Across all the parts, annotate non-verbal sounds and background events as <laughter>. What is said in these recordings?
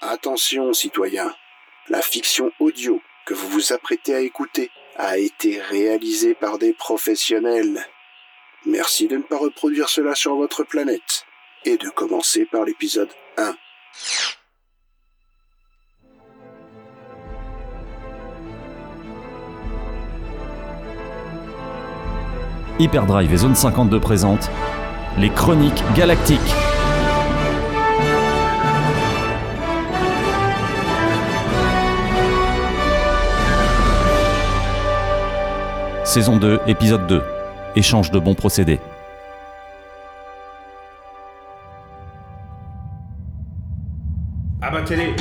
Attention, citoyens, la fiction audio que vous vous apprêtez à écouter a été réalisée par des professionnels. Merci de ne pas reproduire cela sur votre planète et de commencer par l'épisode 1. Hyperdrive et Zone 52 présentent les Chroniques Galactiques. Saison 2, épisode 2. Échange de bons procédés. À ma télé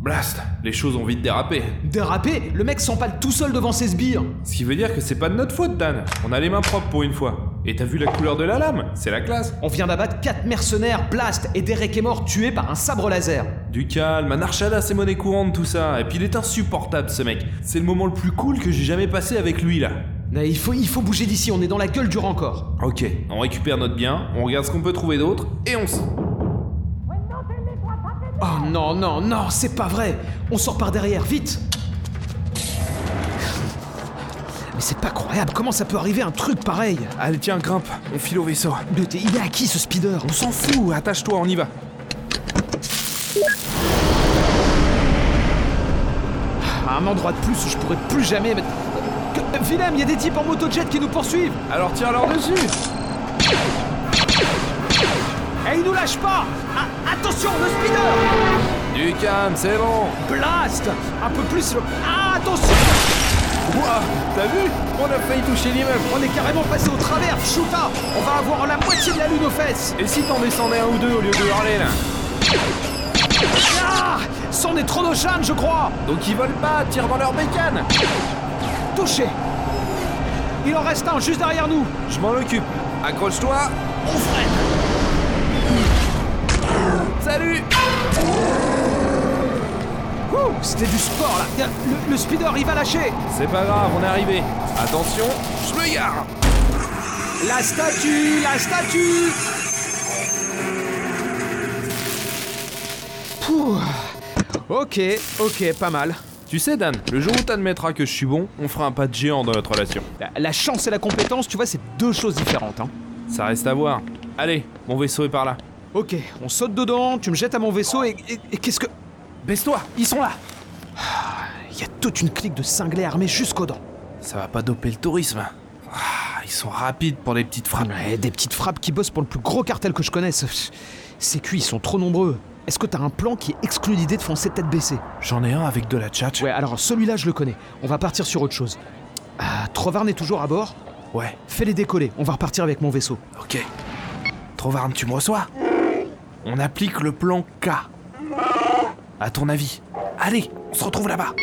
Blast Les choses ont vite dérapé. Dérapé Le mec s'empale tout seul devant ses sbires Ce qui veut dire que c'est pas de notre faute, Dan. On a les mains propres pour une fois. Et t'as vu la couleur de la lame C'est la classe. On vient d'abattre quatre mercenaires, Blast et Derek est mort tués par un sabre laser. Du calme, un archada, c'est monnaie courante, tout ça. Et puis il est insupportable, ce mec. C'est le moment le plus cool que j'ai jamais passé avec lui, là. Mais il faut, il faut bouger d'ici, on est dans la gueule du rancor. Ok, on récupère notre bien, on regarde ce qu'on peut trouver d'autre, et on s... Oh non, non, non, c'est pas vrai On sort par derrière, vite Mais c'est pas croyable, comment ça peut arriver un truc pareil Allez, tiens, grimpe, on file au vaisseau. Mais t'es- il est à qui ce speeder On s'en fout, attache-toi, on y va. À un endroit de plus où je pourrais plus jamais mettre... Que- Willem, il y a des types en motojet qui nous poursuivent Alors tire leur dessus Et ils nous lâchent pas Ah, Attention, le speeder Du calme, c'est bon Blast Un peu plus le... Ah, attention Ouah, T'as vu On a failli toucher l'immeuble On est carrément passé au travers, Chouta On va avoir la moitié de la lune aux fesses Et si t'en descendais un ou deux au lieu de hurler là Ah C'en est trop Tronoshan, je crois Donc ils volent pas, tire dans leur bécane Touché Il en reste un juste derrière nous Je m'en occupe. Accroche-toi, on freine Salut Ouh, C'était du sport là Le, le speeder il va lâcher C'est pas grave, on est arrivé. Attention, je me gare La statue La statue Pouh. Ok, ok, pas mal. Tu sais Dan, le jour où t'admettras que je suis bon, on fera un pas de géant dans notre relation. La, la chance et la compétence, tu vois, c'est deux choses différentes. Hein. Ça reste à voir. Allez, mon vaisseau est par là. Ok, on saute dedans, tu me jettes à mon vaisseau et- et- et qu'est-ce que... Baisse-toi, ils sont là Il y a toute une clique de cinglés armés jusqu'aux dents. Ça va pas doper le tourisme. Ah, ils sont rapides pour les petites frappes. Ouais, des petites frappes qui bossent pour le plus gros cartel que je connaisse. Ces cuits, ils sont trop nombreux. Est-ce que t'as un plan qui exclut l'idée de foncer tête baissée J'en ai un avec de la tchatch. Ouais, alors celui-là, je le connais. On va partir sur autre chose. Ah, Trovarne est toujours à bord. Ouais, Fais-les décoller, on va repartir avec mon vaisseau. ok. Trovarne, tu me reçois On applique le plan K. À ton avis. Allez, on se retrouve là-bas.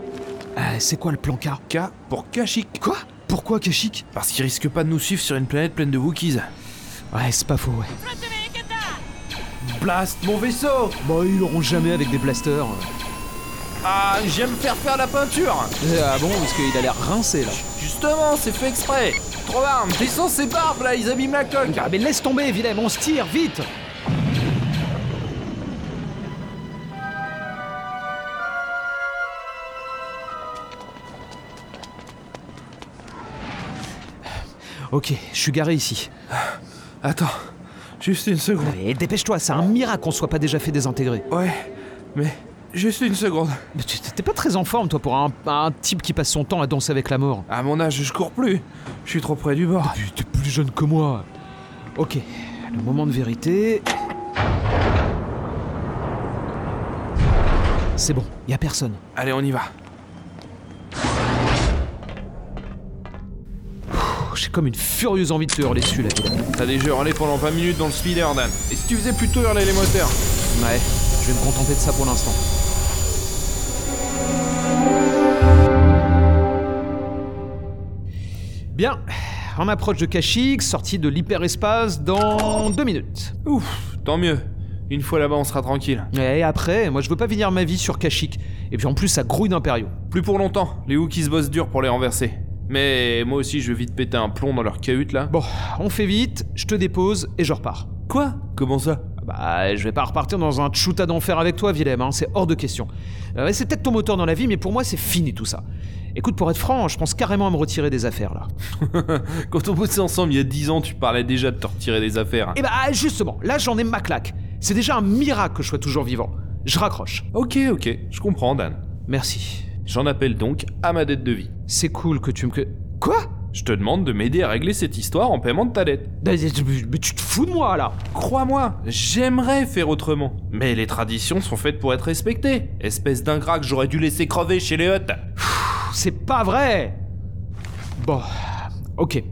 Euh, c'est quoi le plan K K pour Kashik. Quoi Pourquoi Keshik Parce qu'il risque pas de nous suivre sur une planète pleine de Wookiees. Ouais, c'est pas faux, ouais. Blast mon vaisseau Bah, ils l'auront jamais avec des blasters. Euh. Ah, j'aime faire faire la peinture ah bon, parce qu'il a l'air rincé, là. Justement, c'est fait exprès Trovarne, descends ces barbes là, ils abîment la coque Ah, mais laisse tomber, Willem, on se tire, vite Ok, je suis garé ici. Attends, juste une seconde. Allez, dépêche-toi, c'est un miracle qu'on soit pas déjà fait désintégrer. Ouais, mais juste une seconde. Mais tu- T'es pas très en forme, toi, pour un, un type qui passe son temps à danser avec la mort. À mon âge, je cours plus. Je suis trop près du bord. T'es plus jeune que moi. Ok, le moment de vérité. C'est bon, y a personne. Allez, on y va. Pff, Oh, J'ai comme une furieuse envie de te hurler dessus là. T'as déjà hurlé pendant 20 minutes dans le speeder, Dan. Et si tu faisais plutôt hurler les moteurs Ouais, je vais me contenter de ça pour l'instant. Bien, on approche de Kashyyyk, sortie de l'hyperespace dans deux minutes. Ouf, tant mieux. Une fois là-bas, on sera tranquille. Et après, moi je veux pas finir ma vie sur Kashyyyk. Et puis en plus, ça grouille d'impériaux. Plus pour longtemps, les Wookiees bossent dur pour les renverser. Mais moi aussi, je vais vite péter un plomb dans leur cahute là. Bon, on fait vite, je te dépose et je repars. Quoi Comment ça Ah Bah, je vais pas repartir dans un chouta d'enfer avec toi, Willem, hein, c'est hors de question. Euh, ouais, c'est peut-être ton moteur dans la vie, mais pour moi, c'est fini tout ça. Écoute, pour être franc, je pense carrément à me retirer des affaires là. Quand on bossait ensemble il y a 10 ans, tu parlais déjà de te retirer des affaires. Et bah, justement, là, j'en ai ma claque. C'est déjà un miracle que je sois toujours vivant. Je raccroche. Ok, ok, je comprends, Dan. Merci. J'en appelle donc à ma dette de vie. C'est cool que tu me. que- Quoi Je te demande de m'aider à régler cette histoire en paiement de ta dette. Mais mais tu te fous de moi là Crois-moi, j'aimerais faire autrement. Mais les traditions sont faites pour être respectées. Espèce d'ingrat que j'aurais dû laisser crever chez les huttes. C'est pas vrai Bon, ok.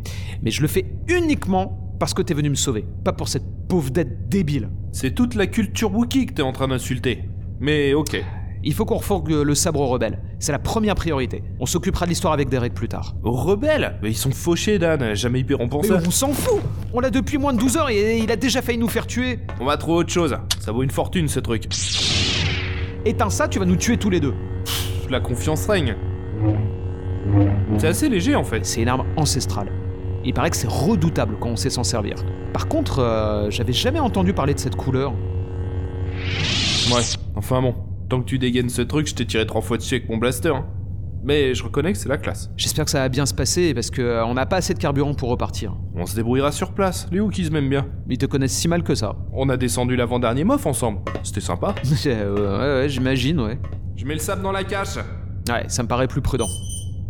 Mais je le fais uniquement parce que t'es venu me sauver, pas pour cette pauvre dette débile. C'est toute la culture Wookie que t'es en train d'insulter. Mais ok. Il faut qu'on refourgue le sabre aux rebelles. C'est la première priorité. On s'occupera de l'histoire avec Derek plus tard. Aux rebelles Mais ils sont fauchés, Dan. Jamais ils paieront pour Mais ça. on s'en fout On l'a depuis moins de 12 heures et il a déjà failli nous faire tuer. On va trouver autre chose. Ça vaut une fortune, ce truc. Éteins ça, tu vas nous tuer tous les deux. Ben, Pff, La confiance règne. C'est assez léger, en fait. C'est une arme ancestrale. Il paraît que c'est redoutable quand on sait s'en servir. Par contre, euh, j'avais jamais entendu parler de cette couleur. Ouais. Enfin bon. Tant que tu dégaines ce truc, je t'ai tiré trois fois dessus avec mon blaster. hein. Mais je reconnais que c'est la classe. J'espère que ça va bien se passer parce que euh, on n'a pas assez de carburant pour repartir. On se débrouillera sur place. Les Wookiees m'aiment bien. Ils te connaissent si mal que ça. <laughs> On a descendu l'avant-dernier mof ensemble. C'était sympa. Euh, ouais, ouais, j'imagine, ouais. Je mets le sable dans la cache. Ouais, ça me paraît plus prudent.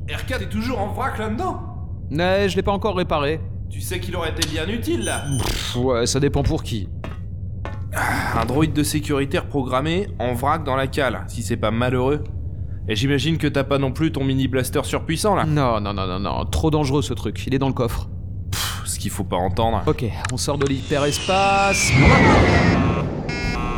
R4 est toujours en vrac là-dedans. Ouais, je l'ai pas encore réparé. Tu sais qu'il aurait été bien utile là. Pff, ouais, ça dépend pour qui. Un droïde de sécuritaire programmé en vrac dans la cale, si c'est pas malheureux. Et j'imagine que t'as pas non plus ton mini blaster surpuissant là. Non, non, non, non, non, trop dangereux ce truc. Il est dans le coffre. Pff, ce qu'il faut pas entendre. Ok, on sort de l'hyperespace.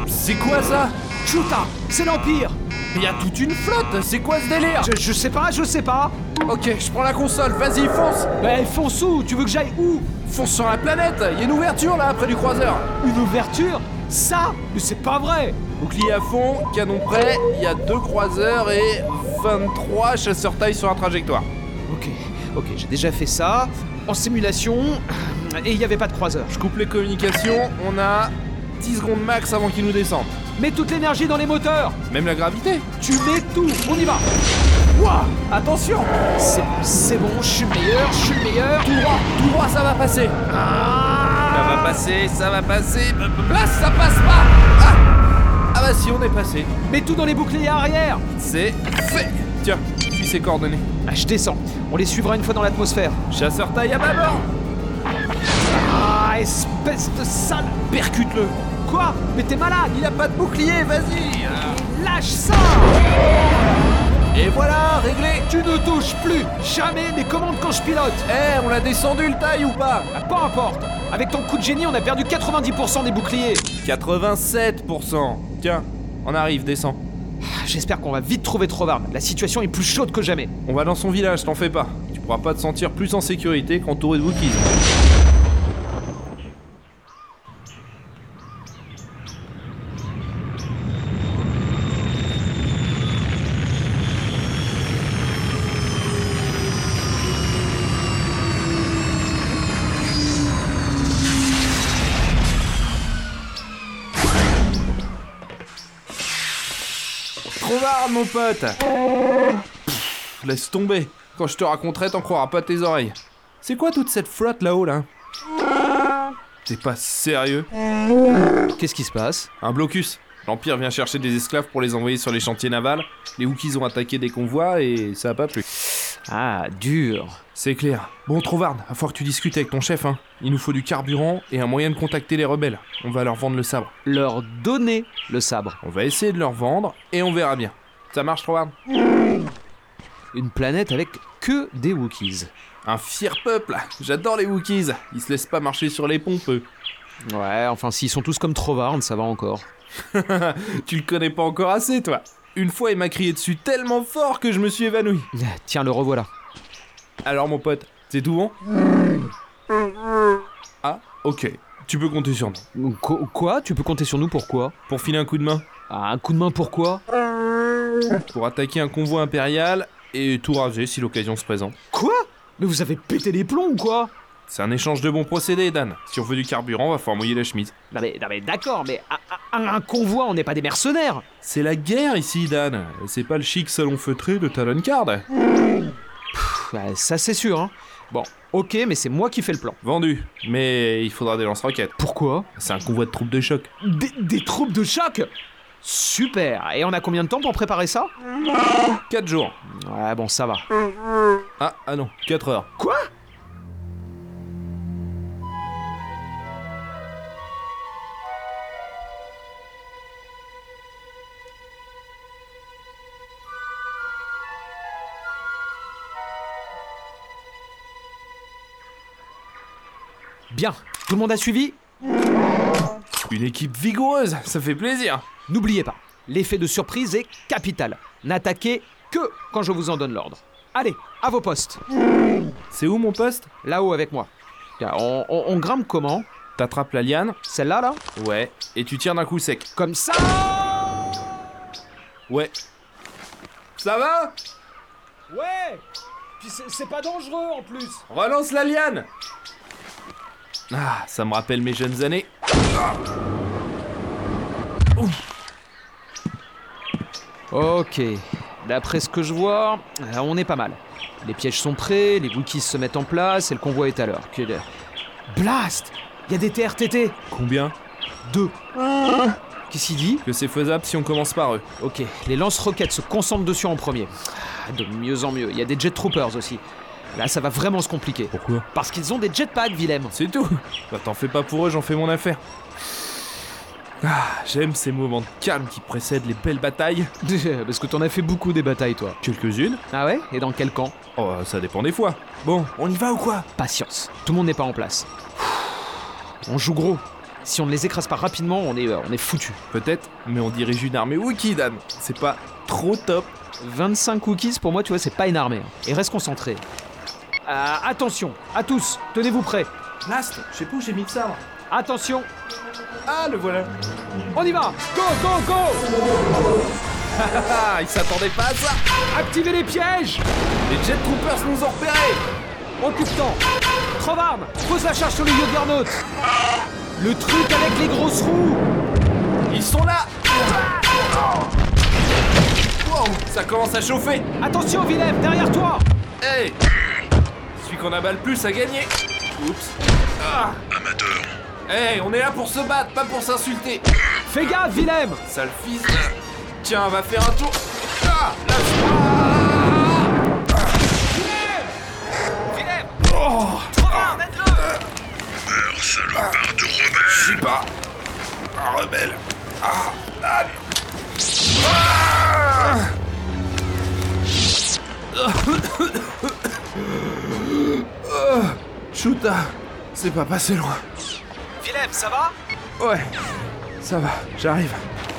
C'est quoi ça Chuta, c'est l'Empire Il y a toute une flotte C'est quoi ce délire je, je sais pas, je sais pas. Ok, je prends la console, vas-y fonce Bah, fonce où Tu veux que j'aille où Fonce sur la planète Il y a une ouverture là après du croiseur Une ouverture Ça Mais c'est pas vrai Bouclier à fond, canon prêt, il y a deux croiseurs et 23 chasseurs taille sur la trajectoire. Ok, ok, j'ai déjà fait ça. En simulation. <clears throat> Et il y avait pas de croiseur. Je coupe les communications, on a 10 secondes max avant qu'ils nous descendent. Mets toute l'énergie dans les moteurs Même la gravité Tu mets tout, on y va Ouah Attention C'est c'est bon, je suis le meilleur, je suis le meilleur Ah. Tout droit Tout droit, ça va passer Ça va passer, ça va passer Place, ça passe pas ah, ah bah si, on est passé. Mets tout dans les boucliers arrière C'est fait Tiens, je suis ses coordonnées. ah, Je descends, on les suivra une fois dans l'atmosphère. Chasseur taille à bâbord Ah, espèce de sale Percute-le Quoi Mais t'es malade Il a pas de bouclier, vas-y Lâche ça Et voilà, réglé Tu ne touches plus Jamais les commandes quand je pilote Eh, on l'a descendu le taille ou pas Ah, Peu importe Avec ton coup de génie, on a perdu 90% des boucliers 87% Tiens, on arrive, descends. Ah, J'espère qu'on va vite trouver Trovarne. La situation est plus chaude que jamais. On va dans son village, t'en fais pas. Tu pourras pas te sentir plus en sécurité qu'entouré de Wookiees. Crowbar, mon pote Pff, Laisse tomber. Quand je te raconterai, t'en croiras pas tes oreilles. C'est quoi toute cette flotte là-haut, là T'es pas sérieux Qu'est-ce qui se passe Un blocus. L'Empire vient chercher des esclaves pour les envoyer sur les chantiers navals. Les Wookiees ont attaqué des convois et ça a pas plu. Ah, dur. C'est clair. Bon, Trovard, à faut que tu discutes avec ton chef, hein. Il nous faut du carburant et un moyen de contacter les rebelles. On va leur vendre le sabre. Leur donner le sabre. On va essayer de leur vendre et on verra bien. Ça marche, Trovard Une planète avec que des Wookiees. Un fier peuple J'adore les Wookiees Ils se laissent pas marcher sur les pompes, eux. Ouais, enfin, s'ils sont tous comme Trovarne, ça va encore. Tu le connais pas encore assez, toi Une fois, il m'a crié dessus tellement fort que je me suis évanoui. Tiens, le revoilà. Alors, mon pote, c'est tout bon Ah, ok. Tu peux compter sur nous. Qu- quoi Tu peux compter sur nous pourquoi Pour filer un coup de main, ah, Un coup de main pourquoi pour attaquer un convoi impérial et tout raser si l'occasion se présente. Quoi Mais vous avez pété les plombs ou quoi C'est un échange de bons procédés, Dan. Si on veut du carburant, va falloir mouiller la chemise. Non mais, non mais d'accord, mais un, un- un convoi, on n'est pas des mercenaires C'est la guerre ici, Dan. C'est pas le chic salon feutré de Taloncard. Pff, ouais, Ça c'est sûr, hein. Bon, ok, mais c'est moi qui fais le plan. Vendu. Mais il faudra des lance-roquettes. Pourquoi C'est un convoi de troupes de choc. des, des troupes de choc Super Et on a combien de temps pour préparer ça 4 jours. Ouais, bon, ça va. Ah, ah non, 4 heures. Quoi Bien, tout le monde a suivi Une équipe vigoureuse, ça fait plaisir. N'oubliez pas, l'effet de surprise est capital. N'attaquez que quand je vous en donne l'ordre. Allez, à vos postes C'est où mon poste Là-haut avec moi. Tiens, On, on- on grimpe comment T'attrapes la liane Celle-là, là Ouais. Et tu tires d'un coup sec Comme ça Ouais. Ça va Ouais Puis c'est pas dangereux en plus Relance la liane Ah, ça me rappelle mes jeunes années. Ok. D'après ce que je vois, euh, on est pas mal. Les pièges sont prêts, les bouquis se mettent en place et le convoi est à l'heure. Que de- Blast Il y a des TRTT Combien Deux. Qu'est-ce qu'il dit Que c'est faisable si on commence par eux. Ok, les lance-roquettes se concentrent dessus en premier. Ah, De mieux en mieux. Il y a des jet troopers aussi. Là, ça va vraiment se compliquer. Pourquoi Parce qu'ils ont des jetpacks, Willem. C'est tout Bah t'en fais pas pour eux, j'en fais mon affaire. Ah, j'aime ces moments de calme qui précèdent les belles batailles. <laughs> Parce que t'en as fait beaucoup des batailles, toi. Quelques-unes Ah ouais Et dans quel camp Oh, ça dépend des fois. Bon, on y va ou quoi Patience. Tout le monde n'est pas en place. On joue gros. Si on ne les écrase pas rapidement, on est, euh, on est foutu. Peut-être, mais on dirige une armée Wookie, Dan. C'est pas trop top. 25 cookies, pour moi, tu vois, c'est pas une armée. hein. Et reste concentré. Euh, attention, à tous, tenez-vous prêts. Last, je sais pas où j'ai mis le sabre. Attention, Ah, le voilà on y va Go, go, go Ah, il s'attendait pas à ça Activez les pièges Les Jet Troopers nous ont repérés On coupe temps Trop arme Pose la charge sur le Juggernaut Le truc avec les grosses roues Ils sont là Wow, ça commence à chauffer Attention, Villeneuve, derrière toi Hey Celui qu'on abat le plus a gagné Oups Amateur Hey, on est là pour se battre, pas pour s'insulter Fais gaffe, Villeneuve Sale fils Tiens, on va faire un tour Ah Là, je- Ah Oh Je suis pas un rebelle. Ah, allez. Ah Ah, Chuta, c'est pas passé loin. Villeneuve, ça va Ouais, ça va, j'arrive.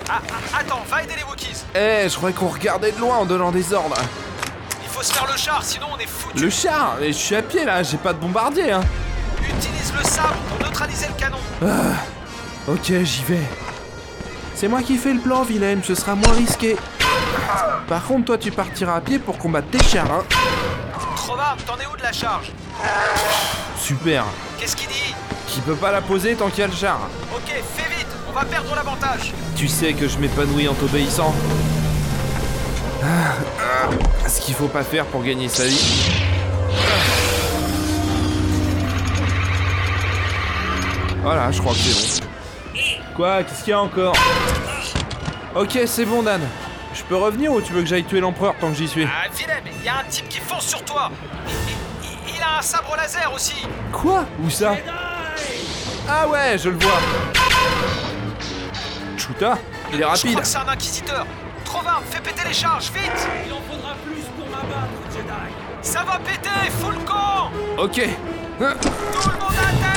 Ah, ah, Attends, va aider les Wookiees Eh, je croyais qu'on regardait de loin en donnant des ordres. Il faut se faire le char, sinon on est foutu Le char, mais je suis à pied là, j'ai pas de bombardier hein. Utilise le sabre pour neutraliser le canon Ok, j'y vais. C'est moi qui fais le plan, Willem, ce sera moins risqué. Par contre, toi, tu partiras à pied pour combattre tes chars, hein. Trovarme, t'en es où de la charge Super. Qu'est-ce qu'il dit Qui peut pas la poser tant qu'il y a le char. Ok, fais vite, on va perdre l'avantage Tu sais que je m'épanouis en t'obéissant. Ah, ah, ce qu'il faut pas faire pour gagner sa vie. Voilà, je crois que c'est bon. Quoi Qu'est-ce qu'il y a encore Ok, c'est bon, Dan. Je peux revenir ou tu veux que j'aille tuer l'empereur tant que j'y suis Ah, Willem, il y a un type qui fonce sur toi Il- il- il- il a un sabre laser aussi Quoi Où ça Ah ouais, je le vois. Chuta, il est Je rapide. crois que c'est un inquisiteur. Trovarme, fais péter les charges, vite Il en faudra plus pour m'abattre, Jedi Ça va péter, full camp Ok. Hein Tout le monde à terre